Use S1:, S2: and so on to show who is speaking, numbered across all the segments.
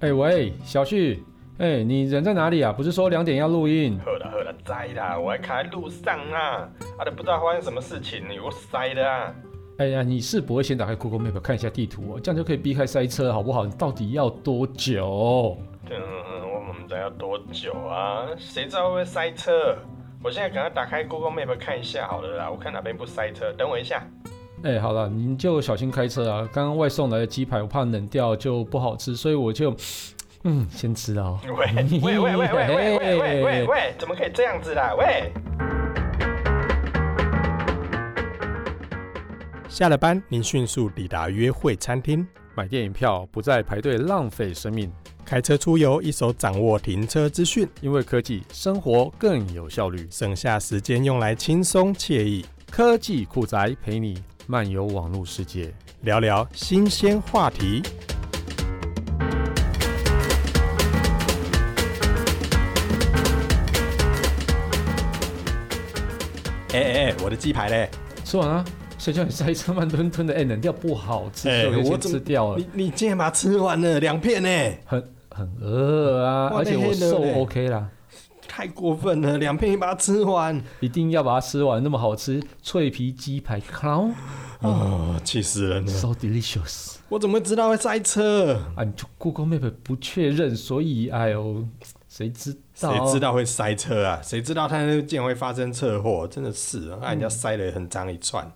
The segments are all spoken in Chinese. S1: 哎、喂，小旭，哎、你人在哪里啊？不是说两点要录音？
S2: 好了好了，栽啦！我还开路上啊，啊都不知道发生什么事情，你给我塞的啊！
S1: 哎呀，你是不会先打开 Google Map 看一下地图哦，这样就可以避开塞车，好不好？你到底要多久？
S2: 嗯，我们等要多久啊？谁知道会不会塞车？我现在赶快打开 Google Map 看一下好了啦，我看哪边不塞车。等我一下。
S1: 哎、好了，您就小心开车啊。刚刚外送来的鸡排，我怕冷掉就不好吃，所以我就，嗯，先吃了哦。
S2: 喂喂喂喂喂喂喂喂喂喂，怎么可以这样子啦？喂！
S3: 下了班，您迅速抵达约会餐厅，
S1: 买电影票不再排队浪费生命，
S3: 开车出游，一手掌握停车资讯，
S1: 因为科技生活更有效率。
S3: 省下时间用来轻松惬意，
S1: 科技酷宅陪你漫游网络世界。
S3: 聊聊新鲜话题。哎哎哎，我的鸡排嘞！
S1: 吃完啊，谁叫你塞车慢吞吞的？哎、冷掉不好吃，
S3: 哎
S1: 所以我就
S3: 我
S1: 先
S3: 怎么
S1: 吃掉了
S3: 你。你竟然把它吃完了两片呢，
S1: 很很饿啊，
S3: 哇
S1: 而且我
S3: 那黑的
S1: 瘦
S3: 嘞
S1: OK 啦，
S3: 太过分了！两片你把它吃完，
S1: 一定要把它吃完，那么好吃，脆皮鸡排，clown
S3: 哦，气死人了！
S1: so delicious
S3: 我怎么知道会塞车？
S1: 啊！你就 Google Map 不确认，所以哎呦，谁知道？
S3: 谁知？道会塞车啊？谁知道他那竟然会发生车祸？真的是啊，让人家塞得很脏一串。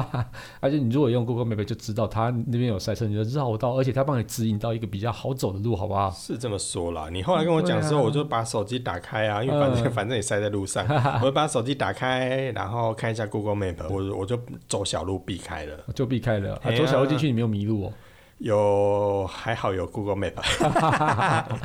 S1: 而且你如果用 Google Map 就知道它那边有塞车，你就绕道，而且它帮你指引到一个比较好走的路，好不好？
S3: 是这么说啦，你后来跟我讲之
S1: 对
S3: 后，
S1: 啊嗯
S3: 我就把手机打开啊，因为反正、 反正也塞在 路上，我就把手机打开，然后看一下 Google Map，我我就走小路避开了。
S1: 就避开了。啊，
S3: 哎呀
S1: 走小路进去你没有迷路哦。
S3: 有还好有 Google Map，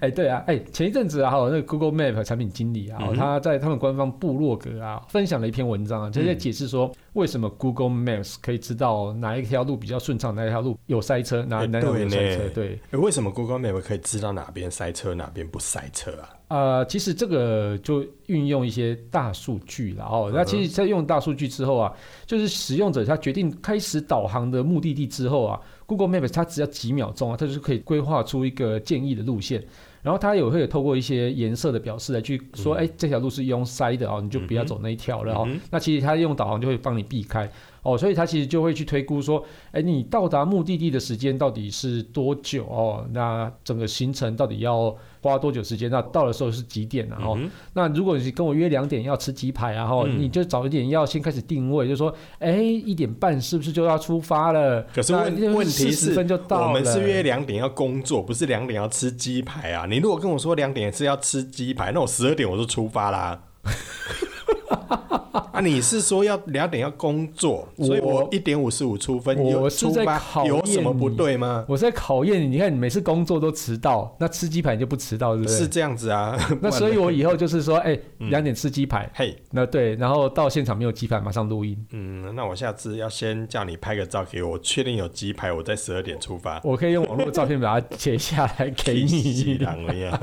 S1: 哎，对啊，哎，前一阵子啊，还有那个 Google Map 产品经
S3: 嗯
S1: 理啊，哦他在他们官方部落格啊分享了一篇文章
S3: 嗯
S1: 啊，就是在解释说为什么 Google Maps 可以知道哪一条路比较顺畅，哪一条路有塞车，哪
S3: 哎
S1: 哪条路有
S3: 对
S1: 塞
S3: 呢
S1: 车。对，
S3: 诶为什么 Google Map 可以知道哪边塞车，哪边不塞车啊？
S1: 呃，其实这个就运用一些大数据了哦。那其实，在用大数据之后啊，就是使用者他决定开始导航的目的地之后啊，Google Maps 它只要几秒钟啊，它就是可以规划出一个建议的路线。然后它也会透过一些颜色的表示来去说，哎、这条路是拥塞的哦，你就不要走那一条了哦。那其实它用导航就会帮你避开哦，所以它其实就会去推估说，哎，你到达目的地的时间到底是多久哦？那整个行程到底要花多久时间？那到的时候是几点、啊？然后、那如果你跟我约两点要吃鸡排啊，然后、
S3: 嗯
S1: 你就早一点要先开始定位，就说，哎，一点半是不是就要出发了？
S3: 可是
S1: 那
S3: 问问
S1: 40
S3: 题是，
S1: 分就到了。
S3: 我们是约两点要工作，不是两点要吃鸡排啊！你如果跟我说两点是要吃鸡排，那我十二点我就出发 啦。啊，你是说要两点要工作，所以我
S1: 我
S3: 一点五十五出分
S1: 我
S3: 有
S1: 是
S3: 出
S1: 在
S3: 发
S1: 考
S3: 有什么
S1: 验
S3: 不
S1: 你
S3: 对吗？
S1: 我是在考验你，你看你每次工作都迟到，那吃鸡排你就不迟到，对不对？
S3: 是这样子啊，不
S1: 那
S3: 然
S1: 所以，
S3: 呢嗯
S1: 我以后就是说，哎、两点吃鸡排，
S3: 嘿，
S1: 那对，然后到现场没有鸡排，马上录音。
S3: 嗯，那我下次要先叫你拍个照给我，确定有鸡排，我再十二点出发。
S1: 我可以用网络照片把它截下来 给
S3: 西
S1: 你。
S3: 郎 一样。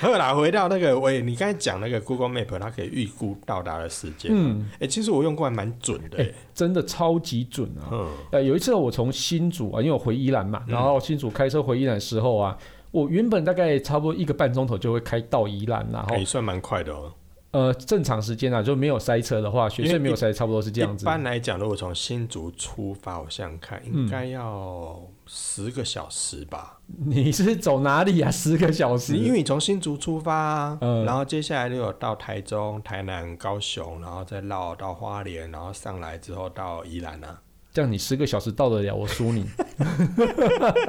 S3: 后来回到那个，喂，你刚才讲那个 Google Map，它可以预估到达的时间。嗯，哎、其实我用过还蛮准的、欸
S1: 哎、真的超级准啊！
S3: 嗯，
S1: 呃，有一次我从新竹啊，因为我回宜兰嘛，然后新竹开车回宜兰的时候啊，我原本大概差不多一个半钟头就会开到宜兰啦，然后、
S3: 也、算蛮快的哦。
S1: 呃正常时间啊，就没有塞车的话，学
S3: 因为
S1: 生没有塞，差不多是这样
S3: 一
S1: 子。
S3: 般来讲，如果从新竹出发，我想想看，
S1: 嗯
S3: 应该要十个小时吧。
S1: 你是走哪里啊？ 十个小时？
S3: 因为你从新竹出发、啊，
S1: 嗯
S3: 然后接下来就有到台中、台南、高雄，然后再绕到花莲，然后上来之后到宜兰啊。
S1: 这样你十个小时到得了，我输你。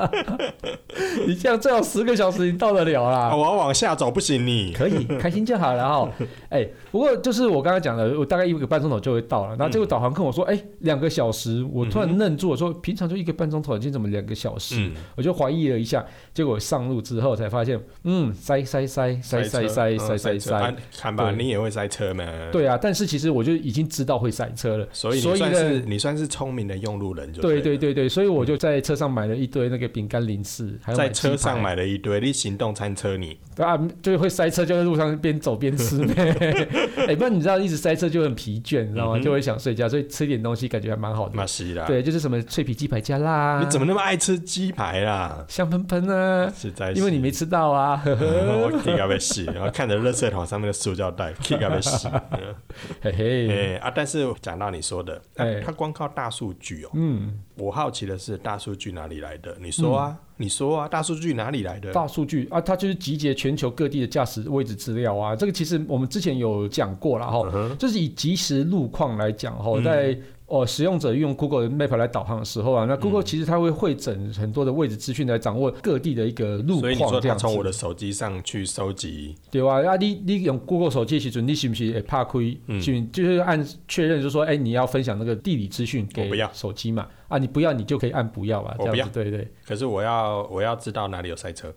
S1: 你这样最好十个小时你到得了
S3: 啊，
S1: 啦，
S3: 我要往下走，不行你。
S1: 可 以开心就好了哈。哎、不过就是我刚刚讲的，我大概一个半钟头就会到了。然后结果
S3: 嗯
S1: 导航跟我说，哎、两个小时，我突然愣住，我说平常就一个半钟头，今天怎么两个小时？
S3: 嗯
S1: 我就怀疑了一下，结果上路之后才发现，嗯，塞塞塞塞塞塞
S3: 车
S1: 塞
S3: 嗯
S1: 塞
S3: 车啊
S1: 塞。
S3: 看吧，
S1: 对
S3: 你也会塞车嘛？
S1: 对啊，但是其实我就已经知道会塞车了，
S3: 所以
S1: 所
S3: 你
S1: 以
S3: 算
S1: 呢
S3: 是，你算是聪明的能用路人就
S1: 对
S3: 对
S1: 对对
S3: 了，
S1: 对，所以我就在车上买了一堆那个饼干零食，还有
S3: 在
S1: 买鸡
S3: 车上
S1: 排
S3: 买了一堆，你行动餐车你
S1: 对啊，就是会塞车，就在路上边走边吃 呗。哎、不然你知道一直塞车就很疲倦，你知道吗？
S3: 嗯哼
S1: 就会想睡觉，所以吃点东西感觉还蛮好的。
S3: 马西啦，
S1: 对，啊就是什么脆皮鸡排加辣，
S3: 你怎么那么爱吃鸡排啦？
S1: 香喷喷啊？
S3: 实在是，
S1: 因为 你没吃到啊。呵呵
S3: 我 kick 到被洗，然后看着垃圾桶上面的塑胶袋 kick 到 被洗。嗯
S1: 嘿嘿，
S3: 哎啊，但是讲到你说的，啊
S1: 哎
S3: 它光靠大数据哦，
S1: 嗯，
S3: 我好奇的是大数据哪里来的？你说啊，你说啊，大数据哪里来的？
S1: 大数据啊，它就是集结全球各地的驾驶位置资料啊。这个其实我们之前有讲过了
S3: 嗯
S1: 哈，就是以即时路况来讲哈，在哦使用者用 Google Map 来导航的时候啊，那
S3: 嗯
S1: Google 其实它会会整很多的位置资讯来掌握各地的一个路
S3: 所以你
S1: 况
S3: 说
S1: 这
S3: 他
S1: 样子
S3: 从。我的手机上去收集，
S1: 对吧、啊？你你用 Google 手机的时阵，你是不是会怕亏？
S3: 嗯
S1: 是不是就是按确认，就说哎、你要分享那个地理资讯
S3: 我
S1: 给
S3: 不要
S1: 手机嘛？啊，你不要，你就可以按不要啊，
S3: 我
S1: 这
S3: 不
S1: 样
S3: 要
S1: 子对对。
S3: 可是我要我要知道哪里有塞车。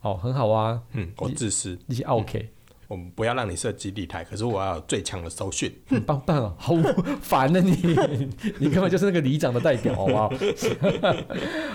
S1: 哦，很好啊，
S3: 嗯，我自私，
S1: 你是 OK，、
S3: 我们不要让你设基地台，可是我要有最强的搜讯。
S1: 很棒棒哦，好烦啊你， 你根本就是那个里长的代表，好不好？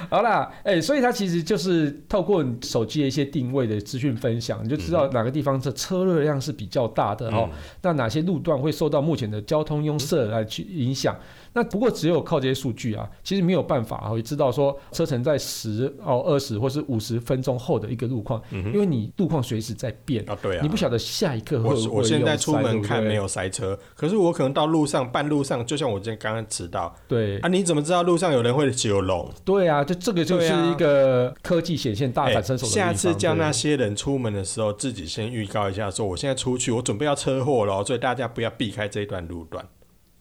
S1: 好啦，哎、所以它其实就是透过你手机的一些定位的资讯分享，你就
S3: 嗯
S1: 知道哪个地方的车流量是比较大的哦，那哪些路段会受到目前的交通拥塞来去影响。那不过只有靠这些数据啊，其实没有办法会知道说车程在十哦二十或是五十分钟后的一个路况，因为你路况随时在变，
S3: 啊，嗯对啊，
S1: 你不晓得下一刻会
S3: 我
S1: 不会
S3: 我现在
S1: 有
S3: 出
S1: 塞
S3: 门看
S1: 对
S3: 没？
S1: 不
S3: 有塞车，可是我可能到路上半路上，就像我今天刚刚迟到
S1: 对
S3: 啊，你怎么知道路上有人会九龙？
S1: 对啊，就这个就是
S3: 对啊
S1: 一个科技显现大
S3: 哎
S1: 展身手的地方、
S3: 下次叫
S1: 对
S3: 那些人出门的时候，自己先预告一下，说我现在出去，我准备要车祸了哦，所以大家不要避开这一段路段。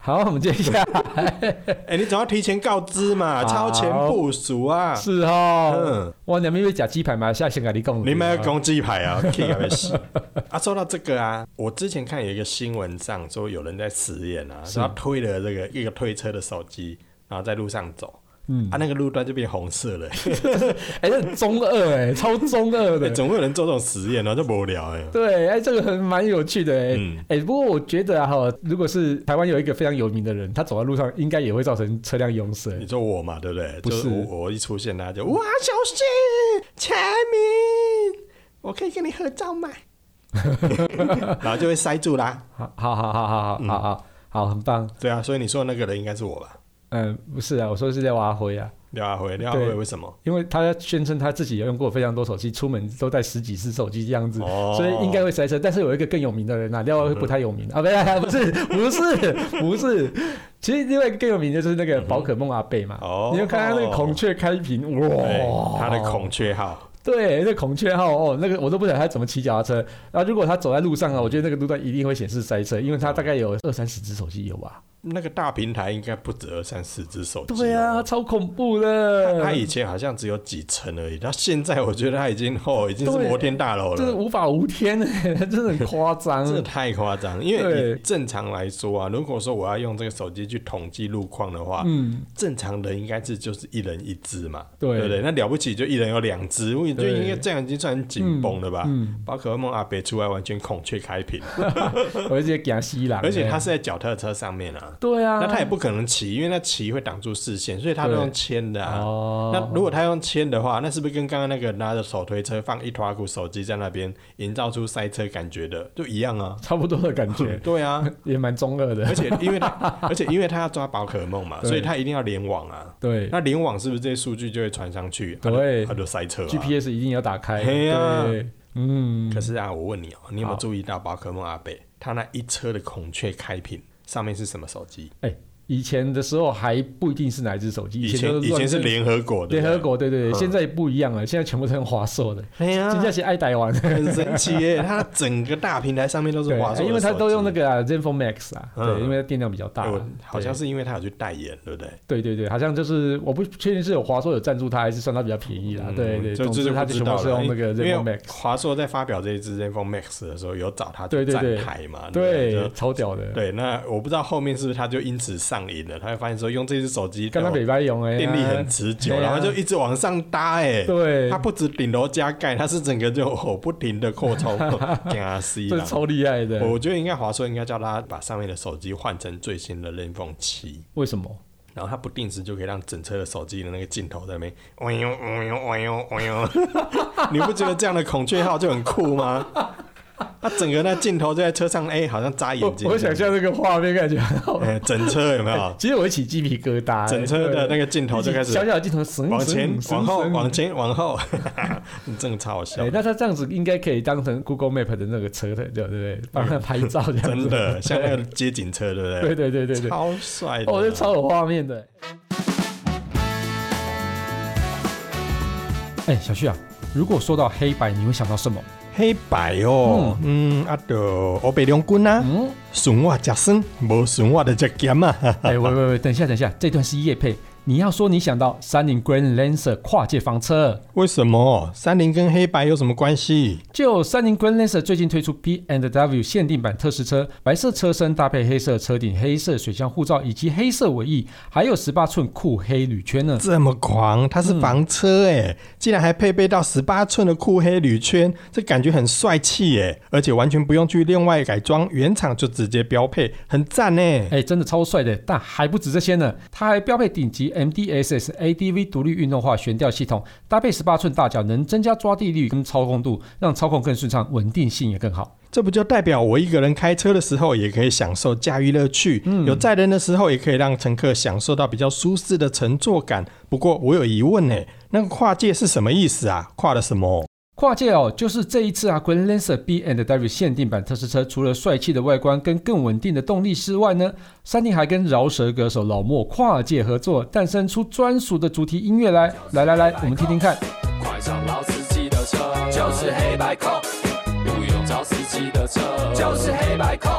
S1: 好，我们接下 来
S3: 哎、你总要提前告知嘛，
S1: 好
S3: 超前部署啊。
S1: 是哦，
S3: 嗯，
S1: 我两边会假鸡排嘛，下先跟你讲，
S3: 你们要攻击牌啊，K 还没洗啊。说到这个啊，我之前看有一个新闻上说有人在实验啊，他推了这个一个推车的手机，然后在路上走，
S1: 嗯
S3: 啊，那个路段就变红色了、
S1: 哎、这很中二哎、超中二的
S3: 欸，总会有人做这种实验呢、就无聊哎、
S1: 对，哎、这个很蛮有趣的哎、
S3: 嗯
S1: 哎、不过我觉得啊哈，如果是台湾有一个非常有名的人，他走在路上，应该也会造成车辆拥塞
S3: 你。说我嘛，对不对？
S1: 不
S3: 就是我我一出现，大家就哇，小心，柴明，我可以跟你合 照吗？然后就会塞住啦。
S1: 好，好，好，好，好，好，
S3: 嗯
S1: 好，好，好，很棒。
S3: 对啊，所以你说的那个人应该是我吧？
S1: 嗯，不是啊，我说是廖阿辉啊，
S3: 廖阿辉，廖阿辉为什么？
S1: 因为他宣称他自己有用过非常多手机，出门都带十几只手机这样子，
S3: 哦
S1: 所以应该会塞车。但是有一个更有名的人啊，廖阿辉不太有名、啊，不是，不是，不是，不是。其实另外一个更有名的就是那个宝可梦阿贝嘛，
S3: 哦
S1: 你就看他那个孔雀开屏，
S3: 对
S1: 哇，，
S3: 哎他的孔雀号，
S1: 对，那孔雀号哦，那个我都不晓得他怎么骑脚踏车。然后如果他走在路上啊，我觉得那个路段一定会显示塞车，因为他大概
S3: 哦
S1: 有二三十只手机有吧。
S3: 那个大平台应该不止二三四只手机、哦
S1: 对啊，，超恐怖的，
S3: 他以前好像只有几层而已，他现在我觉得他已经哦，已经是
S1: 对
S3: 摩天大楼
S1: 真的
S3: 了。
S1: 无法无天呢， 真的很夸张。
S3: 真的太夸张了，因为
S1: 嗯对
S3: 你正常来说啊，如果说我要用这个手机去统计路况的话，
S1: 嗯，
S3: 正常人应该是就是一人一只嘛，
S1: 对
S3: 不对？那了不起就一人有两只，我觉得
S1: 对
S3: 应该这样已经算很紧绷了吧？
S1: 嗯，
S3: 宝可梦阿北出来完全孔雀开屏，
S1: 我就直接给他吸狼。
S3: 而且他是在脚踏车上面啊，
S1: 对啊，
S3: 那他也不可能骑，因为那骑会挡住视线，所以他都
S1: 对
S3: 用牵的啊。
S1: 哦，
S3: 那如果他用牵的话，那是不是跟刚刚那个拿着手推车放一坨股手机在那边营造出塞车感觉的就一样啊？，
S1: 差不多的感觉
S3: 对啊，
S1: 也蛮中二的
S3: 而。且因为他，而且因为他要抓宝可梦嘛，
S1: 对
S3: 所以他一定要联网啊。
S1: 对
S3: 那联网是不是这些数据就会传上去？他就
S1: 对
S3: 他就塞车、啊。
S1: ，GPS 一定要打开。
S3: 嘿啊
S1: 对，嗯
S3: 可，是啊，我问你哦、你有没
S1: 好
S3: 有注意到宝可梦阿贝他那一车的孔雀开屏上面是什么手机？
S1: 哎，以前的时候还不一定是哪一只手机，
S3: 以
S1: 前
S3: 前
S1: 都
S3: 以前是
S1: 乱
S3: 联合国的，
S1: 联合国，对对对，
S3: 嗯
S1: 现在不一样了，现在全部都用华硕的，
S3: 对不对。
S1: 现
S3: 哎
S1: 在
S3: 呀，
S1: 是爱台湾。
S3: 很神奇 耶、它整个大平台上面都是
S1: 对
S3: 华硕的手，机，
S1: 因为它都用那
S3: 个。
S1: 个啊 Zenfone Max 啊，
S3: 嗯
S1: 对，因为它电量比较大
S3: 哎我
S1: 啊，
S3: 好像是因为他有去代言，对不对？
S1: 对对对，好像就是我不确定是有华硕有赞助它，还是算它比较便宜啦。啊对对，
S3: 嗯就
S1: 总
S3: 这
S1: 之
S3: 就
S1: 它
S3: 不
S1: 就
S3: 知
S1: 全
S3: 道
S1: 部
S3: 了
S1: 是用那个
S3: 因为
S1: Zenfone Max，
S3: 华硕在发表这一支 Zenfone Max 的时候，有找他
S1: 对对
S3: 站
S1: 对
S3: 台嘛？不就
S1: 对，超屌的，
S3: 对，那我不知道后面是不是他就因此上瘾了，他会发现说用这只手机，
S1: 跟它北白用哎，
S3: 电力很持久，
S1: 对啊
S3: 然后就一直往上搭、欸，
S1: 对
S3: 它，不止顶楼加盖，它是整个就哦不停的扩充，加 C
S1: 这
S3: 啦。
S1: 超厉害的。
S3: 我觉得应该华硕应该叫他把上面的手机换成最新的 iPhone 七，
S1: 为什么？
S3: 然后它不定时就可以让整车的手机的那个镜头在那边，哎呦哎呦哎呦哎呦， 你不觉得这样的孔雀号就很酷吗？它整个那镜头就在车上，哎、好像眨眼
S1: 我
S3: 睛。
S1: 我想象那个画面，感觉很好玩。
S3: 哎、整车有没有？
S1: 其实我会起鸡皮疙瘩、欸
S3: 整车的那个镜头就开始
S1: 小小的镜头神
S3: 往前、往后、往
S1: 前。
S3: 前、往后，你真的超好笑
S1: 哎，。那它这样子应该可以当成 Google Map 的那个车的，对不对？帮它拍照这样子。
S3: 真的像那个街景车，对不对？
S1: 对对对对对，
S3: 超帅的，
S1: 哦，这超有画面的。哎，小旭啊，如果说到黑白，你会想到什么？
S3: 黑白哦，嗯，啊，就欧北两军啊，
S1: 嗯，
S3: 顺我食酸，无顺我的食咸啊，
S1: 哎，喂喂喂，等一下等一下，这段是夜配。你要说你想到三菱 Grand Lancer 跨界房车，
S3: 为什么三菱跟黑白有什么关系？
S1: 就三菱 Grand Lancer 最近推出 P and W 限定版特试车，白色车身搭配黑色车顶、黑色水箱护罩以及黑色尾翼，还有十八寸酷黑铝圈呢。
S3: 这么狂，它
S1: 嗯
S3: 是房车哎、竟然还配备到十八寸的酷黑铝圈，这感觉很帅气哎，而且完全不用去另外改装，原厂就直接标配，很赞欸呢、
S1: 哎、真的超帅的！但还不止这些呢，它还标配顶级 MDSS ADV 独立运动化悬吊系统，搭配十八寸大脚，能增加抓地力跟操控度，让操控更顺畅，稳定性也更好。
S3: 这不就代表我一个人开车的时候也可以享受驾驭乐趣，
S1: 嗯
S3: 有载人的时候也可以让乘客享受到比较舒适的乘坐感。不过我有疑问呢，欸那个跨界是什么意思啊？跨了什么？
S1: 跨界哦，就是这一次啊，Grand Lancer B and W 限定版特试车，除了帅气的外观跟更稳定的动力之外呢，三菱还跟饶舌歌手老莫跨界合作，诞生出专属的主题音乐来。来来来，我们听听看。
S4: 快上老司机的车，就是黑白扣，不用找司机的车，就是黑白扣。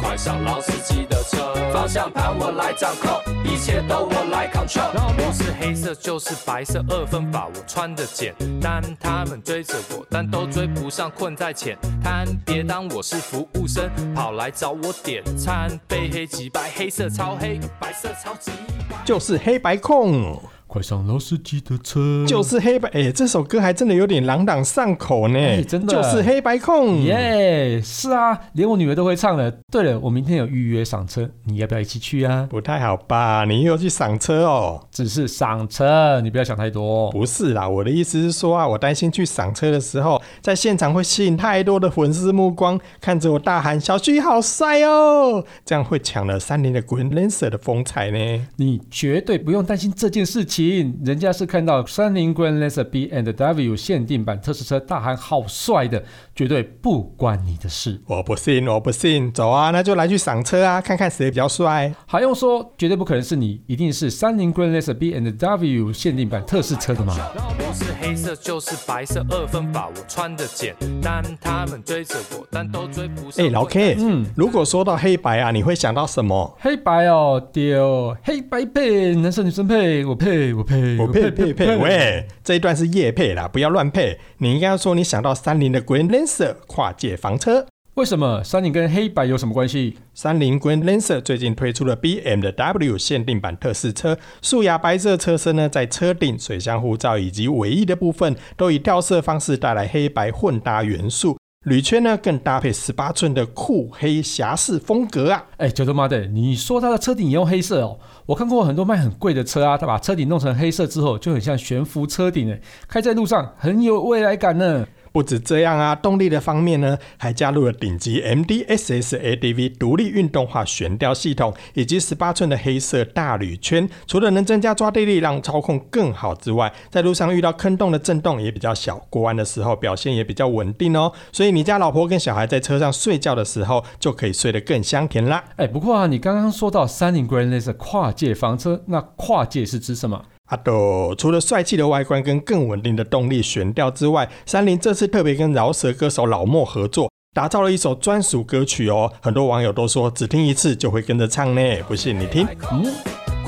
S4: 快上老司机的车，方向盘我来掌控，一切都我来 control。不是黑色就是白色，二分法我穿的简单，他们追着我，但都追不上，困在浅滩。别当我是服务生，跑来找我点餐，非黑即白，黑色超黑，白色超级白。
S3: 就是黑白控，
S1: 快上老司机的车，
S3: 就是黑白。哎、这首歌还真的有点朗朗上口呢，
S1: 哎真的
S3: 就是黑白控。
S1: 耶、是啊，连我女儿都会唱了。对了，我明天有预约赏车，你要不要一起去啊？
S3: 不太好吧？你又去赏车哦？
S1: 只是赏车，你不要想太多。
S3: 不是啦，我的意思是说啊，我担心去赏车的时候，在现场会吸引太多的粉丝目光，看着我大喊“小旭好帅哦”，这样会抢了三菱的 Green Lancer 的风采呢。
S1: 你绝对不用担心这件事情，人家是看到三菱 Grand Lancer B and W 限定版特试车大喊好帅的，绝对不关你的事。
S3: 我不信，我不信，走啊，那就来去赏车啊，看看谁比较帅。
S1: 还用说，绝对不可能是你，一定是三菱 Grand Lancer B and W 限定版特试车的嘛？
S4: 不是黑色就是白色，二分法我穿的简单，他们追着我，但都追不
S3: 哎、
S4: 上。
S3: 老 K，
S1: 嗯
S3: 嗯，如果说到黑白啊，你会想到什 么？
S1: 黑白哦，丢黑白配，男生女生配，我配我配
S3: 我配配配，喂，这一段是夜配啦，不要乱配。你应该要说你想到三菱的 Green Lancer 跨界房车。
S1: 为什么三菱跟黑白有什么关系？
S3: 三菱 Green Lancer 最近推出了 BMW 限定版特试车，素牙白色车身呢，在车顶、水箱护罩以及尾翼的部分，都以调色方式带来黑白混搭元素。铝圈呢，更搭配十八寸的酷黑侠士风格啊！
S1: 哎，九头妈的，你说它的车顶也用黑色哦？我看过很多卖很贵的车啊，它把车顶弄成黑色之后，就很像悬浮车顶哎，开在路上很有未来感呢。
S3: 不止这样啊，动力的方面呢，还加入了顶级 MDSS ADV 独立运动化悬吊系统，以及十八寸的黑色大铝圈。除了能增加抓地力，让操控更好之外，在路上遇到坑洞的震动也比较小，过弯的时候表现也比较稳定哦。所以你家老婆跟小孩在车上睡觉的时候，就可以睡得更香甜啦。
S1: 哎，不过啊，你刚刚说到三菱 Grand Lancer 跨界房车，那跨界是指什么？
S3: 阿斗，啊除了帅气的外观跟更稳定的动力悬吊之外，三菱这次特别跟饶舌歌手老莫合作，打造了一首专属歌曲哦。很多网友都说只听一次就会跟着唱呢，不信你听。
S1: 嗯，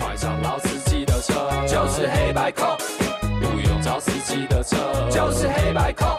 S4: 快上老司机的车，就是黑白扣，不用找司机的车，就是黑白扣。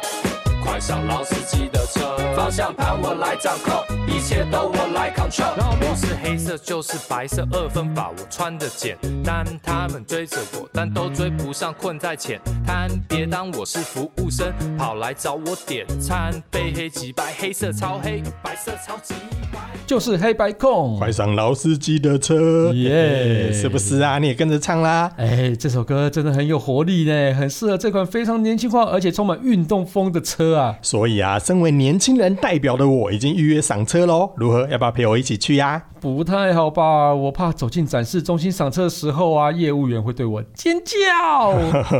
S4: 快上老司机的车，方向盘我来掌控，一切都我来 control。不是黑色就是白色，二分法我穿的简单，他们追着我，但都追不上，困在浅滩。别当我是服务生，跑来找我点餐，非黑即白，黑色超黑，白色超级白。
S1: 就是黑白控。
S3: 快上老司机的车，
S1: 耶
S3: 是不是啊？你也跟着唱啦。
S1: 哎，这首歌真的很有活力呢，很适合这款非常年轻化而且充满运动风的车啊！
S3: 所以啊，身为年轻人代表的我已经预约赏车喽，如何？要不要陪我一起去啊呀、
S1: 不太好吧？我怕走进展示中心赏车的时候啊，业务员会对我尖叫。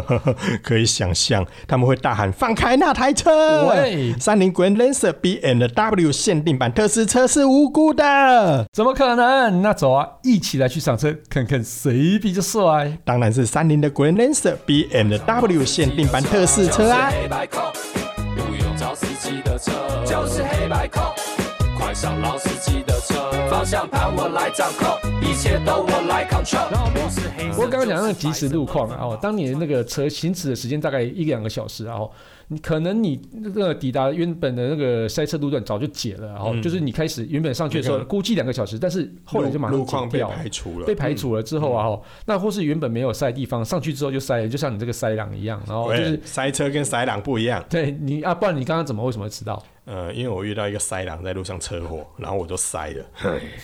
S3: 可以想象，他们会大喊“放开那台车
S1: 喂”。
S3: 三菱 Grand Lancer B N W 限定版特斯车是无辜的，
S1: 怎么可能？那走啊，一起来去赏车，看看谁比较帅。
S3: 当然是三菱的 Grand Lancer B N W 限定版特斯车啊。
S4: 黑白控，不用找司机的车，就是黑白控。快上老司机的车，方向盘我来掌控，一切都我来 control。
S1: 我刚刚讲那个即时路况啊，哦，当你的那个车行驶的时间大概一两个小时啊，哦，你可能你那个抵达原本的那个塞车路段早就解了，然后就是你开始原本上去的时候
S3: 那个
S1: 估计两个小时，但是后来就马上
S3: 路况
S1: 解
S3: 被
S1: 掉了
S3: 排除了
S1: 被。排除了之后啊，哦，那或是原本没有塞的地方，上去之后就塞了，就像你这个塞狼一样，然后就是
S3: 喂塞车跟塞狼不一样，
S1: 对你啊，不然你刚刚怎么为什么会迟到？
S3: 呃，因为我遇到一个塞狼在路上车祸，然后我就塞了，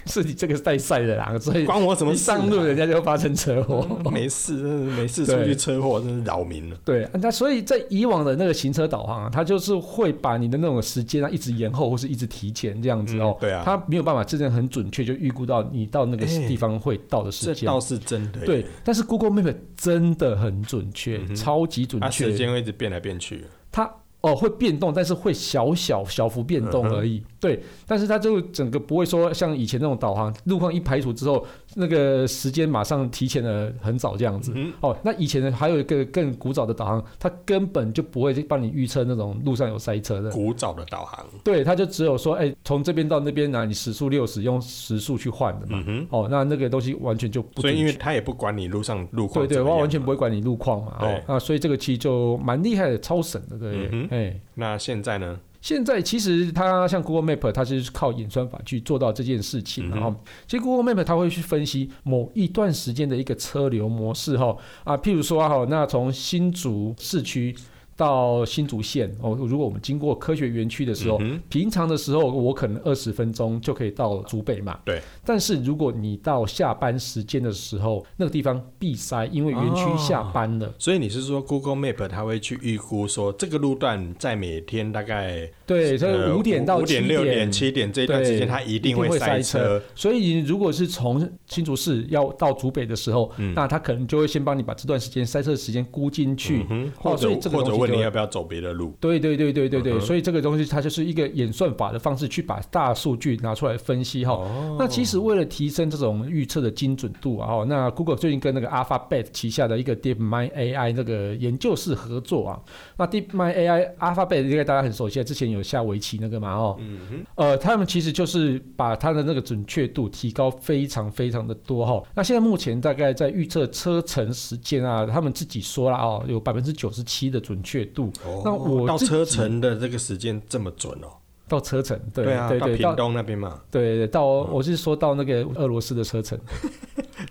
S1: 是你这个带塞的狼，所以
S3: 关我什么
S1: 一
S3: 事啊
S1: 上路人家就发生车祸。
S3: 没事，真 的没事，出去
S1: 对
S3: 车祸真是扰民了。
S1: 对，那所以在以往的那个行车导航啊，它就是会把你的那种时间啊一直延后或是一直提前这样子哦。
S3: 嗯对啊
S1: 它没有办法真正很准确就预估到你到那个
S3: 哎
S1: 地方会到的时
S3: 这
S1: 间。
S3: 倒是真的耶。
S1: 对，但是 Google Map 真的很准确，
S3: 嗯
S1: 超级准
S3: 它啊时
S1: 确。
S3: 间会一直变来变去。
S1: 它哦会变动，但是会小小小幅变
S3: 嗯
S1: 动而已。对，但是它就整个不会说像以前那种导航路况一排除之后，那个时间马上提前了很早这样子。
S3: 嗯
S1: 哦，那以前呢还有一个更古早的导航，它根本就不会帮你预测那种路上有塞车的。
S3: 古早的导航，
S1: 对，它就只有说，哎、从这边到那边呢、你时速六十，用时速去换的嘛。
S3: 嗯
S1: 哦，那那个东西完全就不
S3: 所
S1: 准
S3: 以因为
S1: 确
S3: 它也不管你路上路况
S1: 对对，
S3: 怎么
S1: 它
S3: 样
S1: 完全不会管你路况嘛。
S3: 对
S1: 哦，那所以这个其实就蛮厉害的，超神的，对，哎、
S3: 嗯哼那现在呢？
S1: 现在其实它像 Google Map，它是靠演算法去做到这件事情，
S3: 嗯哼
S1: 然后其实 Google Map 它会去分析某一段时间的一个车流模式哈啊，譬如说哈，那从新竹市区。到新竹县哦，如果我们经过科学园区的时候，
S3: 嗯哼
S1: 平常的时候我可能二十分钟就可以到竹北嘛。
S3: 对。
S1: 但是如果你到下班时间的时候，那个地方必塞，因为园区
S3: 哦
S1: 下班了。
S3: 所以你是说 Google Map 它会去预估说这个路段在每天大概
S1: 对，所以
S3: 呃
S1: 五点到
S3: 五
S1: 七
S3: 点、六点、七点这一段时间，
S1: 对
S3: 它一定
S1: 会
S3: 会
S1: 塞
S3: 车。。
S1: 所以如果是从新竹市要到竹北的时候，那他可能就会先帮你把这段时间塞车的时间估进去，
S3: 嗯，
S1: 哦
S3: 或者
S1: 所以这个
S3: 或
S1: 东
S3: 者
S1: 西
S3: 问
S1: 就
S3: 你
S1: 会
S3: 要不要走别的路？
S1: 对对对对对对，所以这个东西它就是一个演算法的方式去把大数据拿出来分析哈。
S3: 哦
S1: 那其实为了提升这种预测的精准度啊，哦，那 Google 最近跟那个 Alphabet 旗下的一个 DeepMind AI 那个研究室合作啊。那 DeepMind AI Alphabet 应该大家很熟悉，啊之前有下围棋那个嘛哦，
S3: 嗯
S1: 呃，他们其实就是把它的那个准确度提高非常非常的多哈、哦那现在目前大概在预测车程时间啊，他们自己说了哦，有百分之九十七的准确度。那我
S3: 到
S1: 自己
S3: 车程的这个时间这么准哦？
S1: 到车程，对
S3: 啊，
S1: 对
S3: 到
S1: 对，
S3: 屏
S1: 到
S3: 东那边嘛，
S1: 对对到我是说到那个俄罗斯的车程，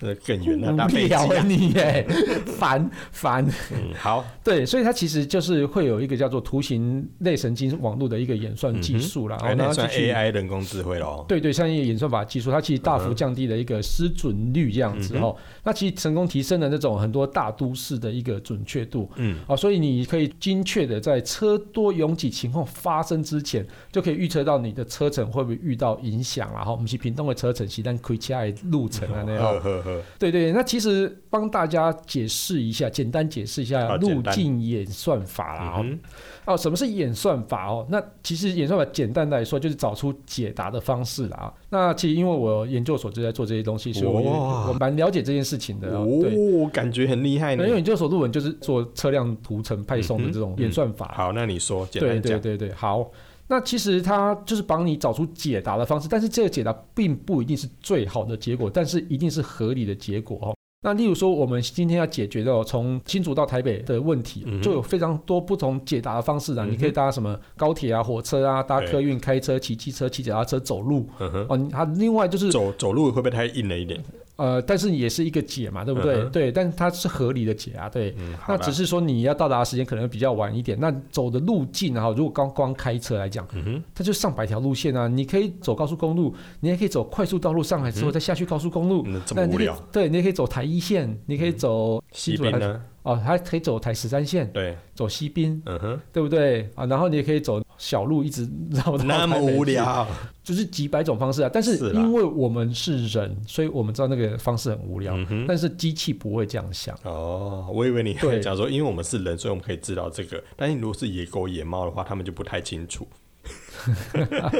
S3: 呃，更远了，搭
S1: 无
S3: 飞机啊
S1: 聊啊你耶，烦烦。
S3: 嗯 好，
S1: 对，所以它其实就是会有一个叫做图形类神经网络的一个演算技术啦，
S3: 哎
S1: 然
S3: 那
S1: 后
S3: 算
S1: 它去
S3: AI 人工智慧喽。
S1: 对对，像一个演算法技术，它其实
S3: 嗯
S1: 大幅降低了一个失准率这样子哦。那其实成功提升了那种很多大都市的一个准确度，
S3: 嗯，
S1: 哦，所以你可以精确的在车多拥挤情况发生之前，就可以预测到你的车程会不会遇到影响啦。哈，我们是屏东的车程，是但开起来路程 啊那
S3: 呵
S1: 样。
S3: 呵呵，
S1: 对对，那其实帮大家解释一下，简单解释一下
S3: 好
S1: 路
S3: 啊简单
S1: 径演算法啦。哦
S3: 嗯
S1: 哦，什么是演算法哦？那其实演算法简单来说就是找出解答的方式啦啊。那其实因为我研究所就在做这些东西，所以我也
S3: 哇
S1: 我蛮了解这件事情的、哦。对，
S3: 哦，感觉很厉害
S1: 因
S3: 呢。
S1: 为研究所论文就是做车辆图层派送的这种
S3: 嗯哼
S1: 演算法。
S3: 好，那你说，简
S1: 对
S3: 单
S1: 对
S3: 讲，
S1: 对对，好。那其实它就是帮你找出解答的方式，但是这个解答并不一定是最好的结果，但是一定是合理的结果哦。那例如说，我们今天要解决到从新竹到台北的问题，
S3: 嗯哼
S1: 就有非常多不同解答的方式啊。
S3: 嗯哼
S1: 你可以搭什么高铁啊、火车啊，搭
S3: 对
S1: 客运、开车、骑机车、骑脚踏车、走路哦
S3: 嗯哼，
S1: 哦。你它另外就是
S3: 走走路会不会太硬了一点？
S1: 呃，但是也是一个解嘛，对不对？
S3: 嗯哼
S1: 对，但它是合理的解啊，对。
S3: 嗯，好
S1: 那
S3: 啦
S1: 只是说你要到达的时间可能比较晚一点，那走的路径啊，如果刚光开车来讲，
S3: 嗯哼，
S1: 它就上百条路线啊，你可以走高速公路，你也可以走快速道路上来之后再下去高速公路，
S3: 那嗯这
S1: 那
S3: 么
S1: 你
S3: 无
S1: 可以
S3: 聊，嗯
S1: 对，你也可以走台一线，你可以走
S3: 西
S1: 竹还
S3: 边
S1: 是
S3: 呢？
S1: 哦，还可以走台十三线，
S3: 对，
S1: 走西滨，
S3: 嗯哼，
S1: 对不对啊？然后你也可以走小路一直绕到
S3: 那么
S1: 台北去
S3: 无， 聊，
S1: 就是几百种方式啊。但是
S3: 是啦
S1: 因为我们是人，所以我们知道那个方式很无聊，
S3: 嗯哼。
S1: 但是机器不会这样想。
S3: 哦，我以为你
S1: 对
S3: 讲说，因为我们是人，所以我们可以知道这个。但是如果是野狗、野猫的话，他们就不太清楚。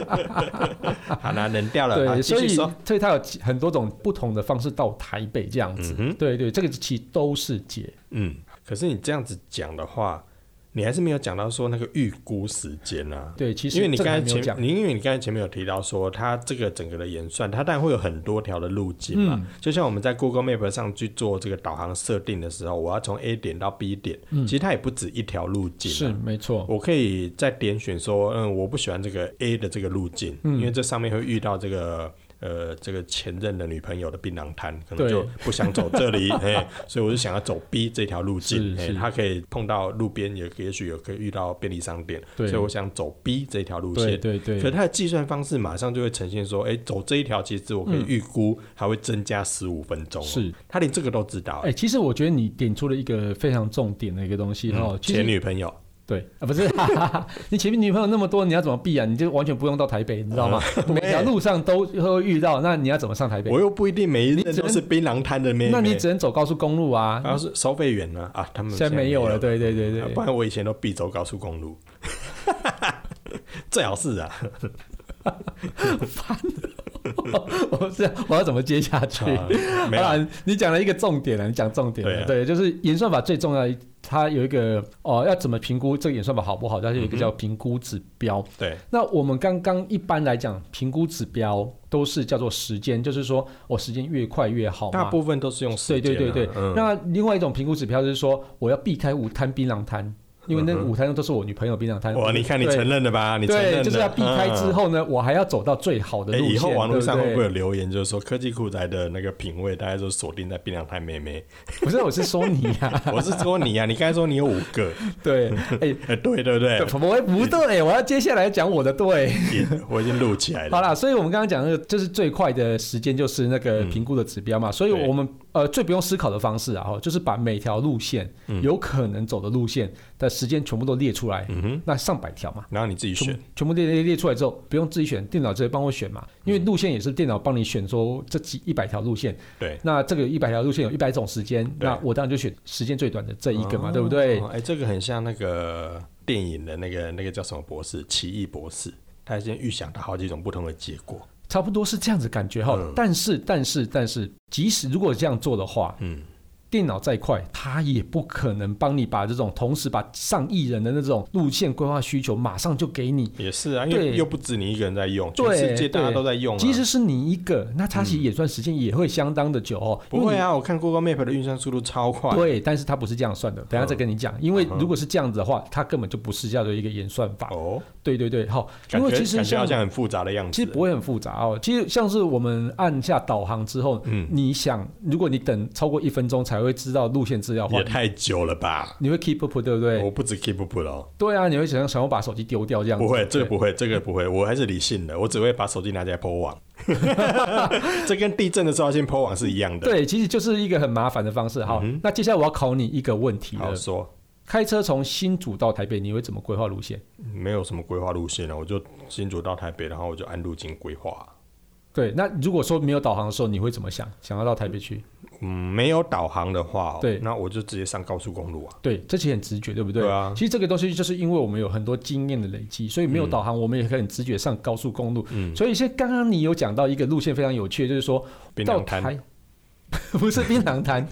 S3: 好啦，冷掉了，好，啊
S1: 对，
S3: 继
S1: 所
S3: 续
S1: 以
S3: 说。
S1: 所以它有几很多种不同的方式到台北这样子。
S3: 嗯哼，
S1: 对对，这个其实都是解。
S3: 嗯。可是你这样子讲的话，你还是没有讲到说那个预估时间啊。
S1: 对，其实
S3: 因为你
S1: 这
S3: 刚
S1: 个还
S3: 才
S1: 没有
S3: 前，
S1: 讲，
S3: 你因为你刚才前面有提到说，它这个整个的演算，它当然会有很多条的路径嘛。
S1: 嗯
S3: 就像我们在 Google Map 上去做这个导航设定的时候，我要从 A 点到 B 点，
S1: 嗯
S3: 其实它也不止一条路径、啊。
S1: 是没错。
S3: 我可以再点选说，嗯，我不喜欢这个 A 的这个路径，
S1: 嗯
S3: 因为这上面会遇到这个呃这个前任的女朋友的槟榔摊，可能
S1: 对
S3: 就不想走 这里，哎，所以我就想要走 B 这条路径，
S1: 是
S3: 哎，
S1: 是
S3: 他可以碰到路边也也许有可以遇到便利商店，所
S1: 对
S3: 以我想走 B 这条路
S1: 对
S3: 线。
S1: 对
S3: 可是
S1: 对，
S3: 它的计算方式马上就会呈现说，哎、走这一条，其实我可以预估还会增加十五分钟、哦
S1: 是，
S3: 他连这个都知道、
S1: 哎，其实我觉得你点出了一个非常重点的一个东西
S3: 嗯
S1: 哦，其实
S3: 前女朋友，
S1: 对啊，不是， 哈哈哈你前面女朋友那么多，你要怎么避啊？你就完全不用到台北，你知 道吗？每条路上都会遇到，那你要怎么上台北？
S3: 我又不一定每一
S1: 你
S3: 任
S1: 只
S3: 都
S1: 能
S3: 是槟榔摊的妹妹，
S1: 那你只能走高速公路啊。
S3: 然后是收费员呢啊，他们
S1: 现在没有了，对对对
S3: 啊
S1: 对
S3: 不，然我以前都必走高速公路， 最好是啊，
S1: 我 是我要怎么接下去？
S3: 啊没有啊，
S1: 啊，你讲了一个重点啊了，你讲重点了，
S3: 对啊
S1: 对，就是演算法最重要的，它有一个哦，要怎么评估这个演算法好不好？它有一
S3: 嗯
S1: 个叫评估指标。
S3: 对，
S1: 那我们刚刚一般来讲，评估指标都是叫做时间，就是说我、时间越快越好嘛。
S3: 大部分都是用时
S1: 对
S3: 间
S1: 对
S3: 啊
S1: 对对，
S3: 嗯
S1: 那另外一种评估指标就是说，我要避开五摊槟榔摊，因为那五摊都是我女朋友槟榔摊。
S3: 嗯哇，你看你
S1: 对
S3: 承认了吧？你承认
S1: 对，
S3: 了，
S1: 就是要避开之
S3: 嗯。
S1: 后呢，我还要走到最好的
S3: 哎，
S1: 路线。
S3: 以后网络上会
S1: 对不
S3: 不会
S1: 对
S3: 有留言，就是说科技酷宅的那个品味，大家都锁定在槟榔摊妹 妹？
S1: 不是，我是说你呀，
S3: 我是说你啊，你刚才说你有五个，
S1: 对，哎。
S3: 哎，对对不 对？
S1: 怎么会不对？我要接下来讲我的对。
S3: 也我已经录起来
S1: 好
S3: 了。
S1: 啦，所以我们刚刚讲那个，就是最快的时间就是那个评估的指标嘛。所以
S3: 嗯对
S1: 我们呃最不用思考的方式啊，哦就是把每条路线、有可能走的路线的时间全部都列出来，
S3: 嗯哼，
S1: 那上百条嘛。
S3: 然后你自己选
S1: 全，全部列列列出来之后，不用自己选，电脑直接帮我选嘛，
S3: 嗯
S1: 因为路线也是电脑帮你选，说这几一百条路线，
S3: 对，
S1: 那这个一百条路线有一百种时间，
S3: 对
S1: 那我当然就选时间最短的这一个嘛，对不对
S3: 哦？哎、这个很像那个电影的那个那个叫什么博士，奇异博士，他先预想到好几种不同的结果。
S1: 差不多是这样子感觉哈
S3: 嗯。
S1: 但是但是但是，即使如果这样做的话，
S3: 嗯，
S1: 电脑再快，它也不可能帮你把这种同时把上亿人的那种路线规划需求马上就给你。
S3: 也是啊，因为
S1: 对
S3: 又不止你一个人在用，全
S1: 对
S3: 世界大家
S1: 对
S3: 都在用、啊。
S1: 即使是你一个，那它其实演算时间也会相当的久哦。因
S3: 不
S1: 为
S3: 会
S1: 你
S3: 啊，我看 Google Map 的运算速度超快。
S1: 对，但是它不是这样算的，等
S3: 嗯
S1: 一下再跟你讲。因为如果是这样子的话，它根本就不是叫做一个演算法。
S3: 哦，
S1: 对对对，好，因
S3: 感
S1: 为
S3: 觉
S1: 其实
S3: 感觉好
S1: 像
S3: 像很复杂的样子。
S1: 其实不会很复杂哦。其实像是我们按下导航之后，
S3: 嗯
S1: 你想，如果你等超过一分钟才会知道路线资料的话
S3: 也，太久了吧？
S1: 你会 keep up 对不对？
S3: 我不止 keep up 了哦，
S1: 对啊，你会想想要把手机丢掉这样子。
S3: 不会，这
S1: 对
S3: 个不会，这个不会，我还是理性的，我只会把手机拿起来破网。 这跟地震的时候要先破网是一样的。
S1: 对，其实就是一个很麻烦的方式。好，
S3: 嗯哼
S1: 那接下来我要考你一个问题
S3: 好
S1: 了：
S3: 说。
S1: 开车从新竹到台北，你会怎么规划路线？
S3: 没有什么规划路线啊了，我就新竹到台北，然后我就按路径规划。
S1: 对，那如果说没有导航的时候，你会怎么想？想要到台北去？
S3: 嗯，没有导航的话、哦，
S1: 对
S3: 那我就直接上高速公路啊。
S1: 对，这其实很直觉，对不对？
S3: 对啊
S1: 其实这个东西就是因为我们有很多经验的累积，所以没有导航，我们也可以很直觉上高速公路。
S3: 嗯
S1: 所以现在刚刚你有讲到一个路线非常有趣，就是说
S3: 槟
S1: 到
S3: 榔摊
S1: 台。 不是槟榔摊，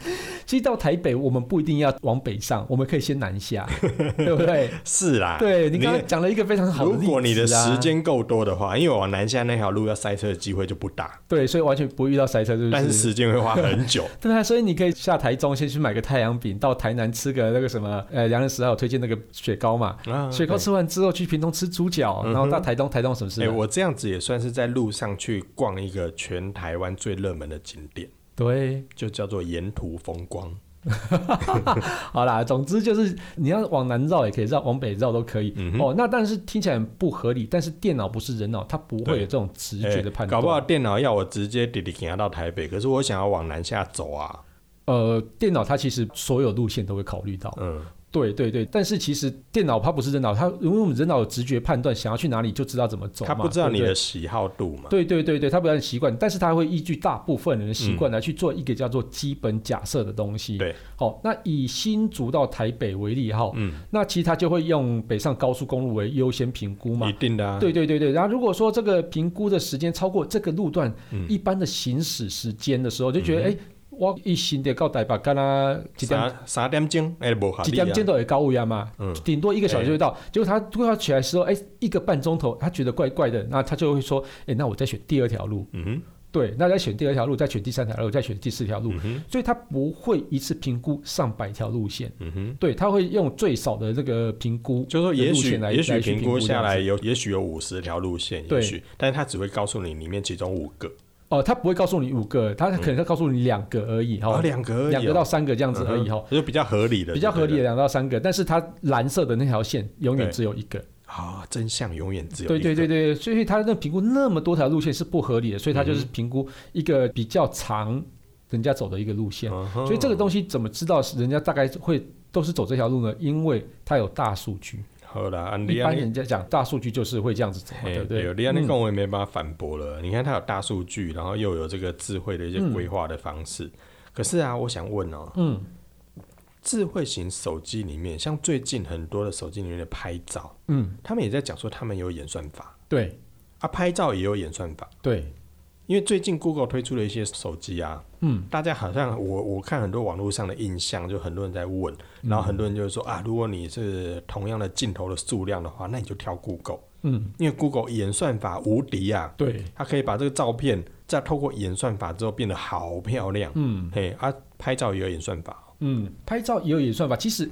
S1: 其实到台北我们不一定要往北上，我们可以先南 下，对不对？
S3: 是啦，
S1: 对你刚刚讲了一个非常好的例
S3: 如
S1: 子、啊、
S3: 果你的时间够多的话，因为往南下那条路要塞车的机会就不大，
S1: 对，所以完全不会遇到塞车，是不是？
S3: 但是时间会花 很久。
S1: 对啊，所以你可以下台中先去买个太阳饼，到台南吃个那个什么，呃，杨仁十号有推荐那个雪糕嘛，
S3: 啊
S1: 雪糕吃完之后去屏东吃猪脚，然后到台东，台东什么事
S3: 嗯
S1: 啊
S3: 哎、
S1: 呢？
S3: 我这样子也算是在路上去逛一个全台湾最热门的景点。
S1: 对，
S3: 就叫做沿途风光。
S1: 好啦，总之就是你要往南绕也可以绕，往北绕都可以。
S3: 嗯哼
S1: 哦，那但是听起来很不合理，但是电脑不是人脑，它不会有这种直觉的判断。
S3: 欸搞不好电脑要我直接滴滴行到台北，可是我想要往南下走啊。
S1: 呃，电脑它其实所有路线都会考虑到。
S3: 嗯，
S1: 对对对，但是其实电脑它不是人脑，它因为我们人脑有直觉判断，想要去哪里就知道怎么走
S3: 他
S1: 嘛
S3: 不知道
S1: 对
S3: 你
S1: 对
S3: 的喜好度嘛？
S1: 对对对对，他不然习惯，但是他会依据大部分人的习惯来去做一个叫做基本假设的东西。
S3: 嗯对，
S1: 好、那以新竹到台北为例哈，
S3: 嗯，
S1: 那其实他就会用北上高速公路为优先评估嘛
S3: 一。定的啊。
S1: 对对对对，然后如果说这个评估的时间超过这个路段、
S3: 嗯
S1: 一般的行驶时间的时候，就觉得哎、诶我一行得到台北，干啦几点
S3: 三三点钟，哎、不合
S1: 几
S3: 理
S1: 点见
S3: 啊。
S1: 到也高乌鸦嘛
S3: 嗯，
S1: 顶、多一个小时就会到。结果他突然起来的时候，哎、一个半钟头，他觉得怪怪的，那他就会说，哎、那我再选第二条路。
S3: 嗯
S1: 对，那再选第二条路，再选第三条路，再选第四条路，
S3: 哼，嗯哼，
S1: 所以他不会一次评估上百条路线，
S3: 嗯哼。
S1: 对，他会用最少的这个评估，
S3: 就是说，也许
S1: 来
S3: 也
S1: 来
S3: 许
S1: 去
S3: 评估下
S1: 这
S3: 来
S1: 样子
S3: 有，也许有五十条路线，也
S1: 对
S3: 许，但是他只会告诉你里面其中五个，
S1: 哦，他不会告诉你五个，他可能他告诉你两个而已哈，
S3: 哦，嗯两个而已哦
S1: 两个到三个这样子而已哈。
S3: 嗯哼就比较合理的，
S1: 比较合理的
S3: 的
S1: 两到三个，但是它蓝色的那条线永远
S3: 对
S1: 只有一个。
S3: 啊，真相永远只有
S1: 对
S3: 一
S1: 对对
S3: 个，
S1: 对，所以他那评估那么多条路线是不合理的，所以他
S3: 嗯
S1: 就是评估一个比较长人家走的一个路线。
S3: 嗯哼
S1: 所以这个东西怎么知道是人家大概会都是走这条路呢？因为它有大数据。
S3: 好啦，啊你
S1: 一
S3: 安
S1: 般
S3: 尼
S1: 人家讲大数据就是会这样子走嘛，
S3: 嘿
S1: 对不对？
S3: 你安尼
S1: 嗯
S3: 讲我也没办法反驳了。你看它有大数据，然后又有这个智慧的一些规划的方式。可是啊，我想问哦，
S1: 嗯，
S3: 智慧型手机里面，像最近很多的手机里面的拍照，
S1: 嗯，
S3: 他们也在讲说他们有演算法
S1: 对
S3: 啊，拍照也有演算法。
S1: 对，
S3: 因为最近 Google 推出了一些手机啊，
S1: 嗯，
S3: 大家好像我我看很多网络上的印象，就很多人在问，然后很多人就是说、啊，如果你是同样的镜头的数量的话，那你就挑 Google，
S1: 嗯
S3: 因为 Google 演算法无敌啊，
S1: 对，
S3: 它可以把这个照片再透过演算法之后变得好漂亮。
S1: 嗯
S3: 嘿，啊，拍照也有演算法，
S1: 嗯，拍照也有演算法，其实。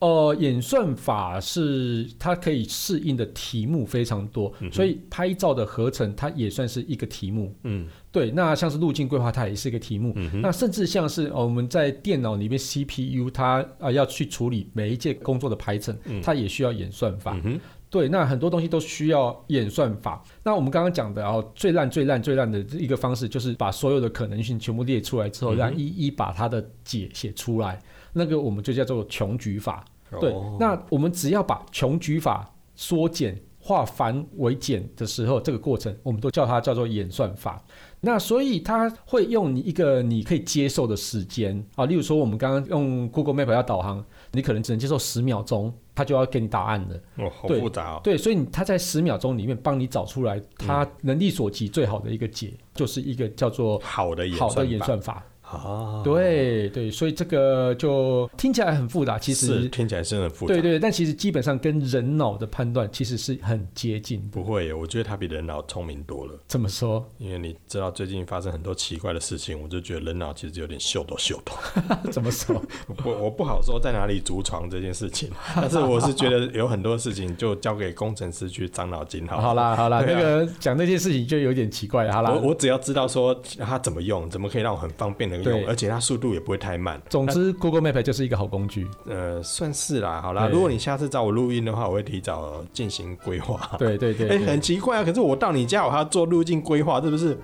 S1: 呃，演算法是它可以适应的题目非常多，所以拍照的合成它也算是一个题目。
S3: 嗯，
S1: 对，那像是路径规划，它也是一个题目。那甚至像是、呃、我们在电脑里面 CPU 它啊、呃要去处理每一件工作的排程，它也需要演算法。
S3: 嗯哼
S1: 对，那很多东西都需要演算法。那我们刚刚讲的哦，最烂、最烂、最烂的一个方式，就是把所有的可能性全部列出来之后，让一一把它的解写出来。那个我们就叫做穷举法。对，
S3: 哦
S1: 那我们只要把穷举法缩减、化繁为简的时候，这个过程我们都叫它叫做演算法。那所以它会用你一个你可以接受的时间啊，例如说我们刚刚用 Google Map 要导航，你可能只能接受十秒钟，它就要给你答案了。
S3: 哦，好
S1: 对
S3: 复杂哦。
S1: 对，所以你它在十秒钟里面帮你找出来它能力所及最好的一个解，就是一个叫做
S3: 好的演算
S1: 好
S3: 法，
S1: 的演算法。
S3: 啊，
S1: 对对，所以这个就听起来很复杂，其
S3: 是
S1: 实
S3: 听起来是很复杂。
S1: 对对，但其实基本上跟人脑的判断其实是很接近。
S3: 不会耶，我觉得他比人脑聪明多了。
S1: 这么说，
S3: 因为你知道最近发生很多奇怪的事情，我就觉得人脑其实有点秀逗秀逗。
S1: 怎么说？
S3: 我我不好说在哪里逐床这件事情， 但是我是觉得有很多事情就交给工程师去伤脑 筋好了。
S1: 好啦好啦，
S3: 对啊
S1: 那个讲这件事情就有点奇怪了。好啦，
S3: 我我只要知道说它怎么用，怎么可以让我很方便的用
S1: 对，
S3: 而且它速度也不会太慢。
S1: 总之 Google Map 就是一个好工具。
S3: 呃，算是啦，好啦。
S1: 对
S3: 如果你下次找我录音的话，我会提早进行规划。
S1: 对对对
S3: 哎、
S1: 对
S3: 很奇怪啊，可是我到你家，我还要做路径规划，是不是？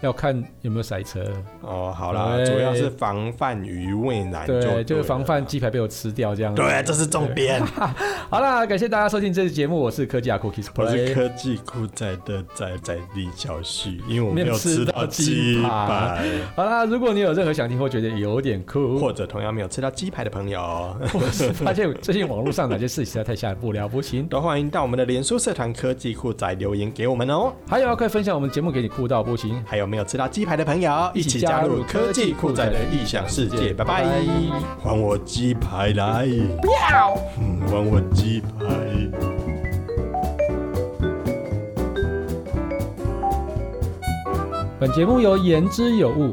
S1: 要看有没有塞车。
S3: 哦，好啦，
S1: 对
S3: 主要是防范于未然就
S1: 哎对，就是
S3: 了
S1: 防范。鸡排被我吃掉这样子。
S3: 啊对，这是重点。
S1: 好啦，感谢大家收听这期节目，我是科技阿 Cookies
S3: 我是
S1: Play。
S3: 科技酷仔的仔仔李小旭，因为我没
S1: 没
S3: 有
S1: 有
S3: 吃
S1: 吃
S3: 到
S1: 到
S3: 鸡
S1: 鸡
S3: 排
S1: 排，好啦，如果你有任何想听或觉得有点酷，
S3: 或者同样没有吃到鸡排的朋友，
S1: 或是发现最近网络上哪些事实在太吓人不了不行，
S3: 都欢迎到我们的脸书社团科技酷仔留言给我们哦。
S1: 还有啊，快分享我们节目给你酷到不行。
S3: 还有没有吃到鸡排的朋友，一起加入科技酷仔的异想世界。拜拜，还我鸡排来！不要，还我鸡排。
S1: 本节目由言之有物、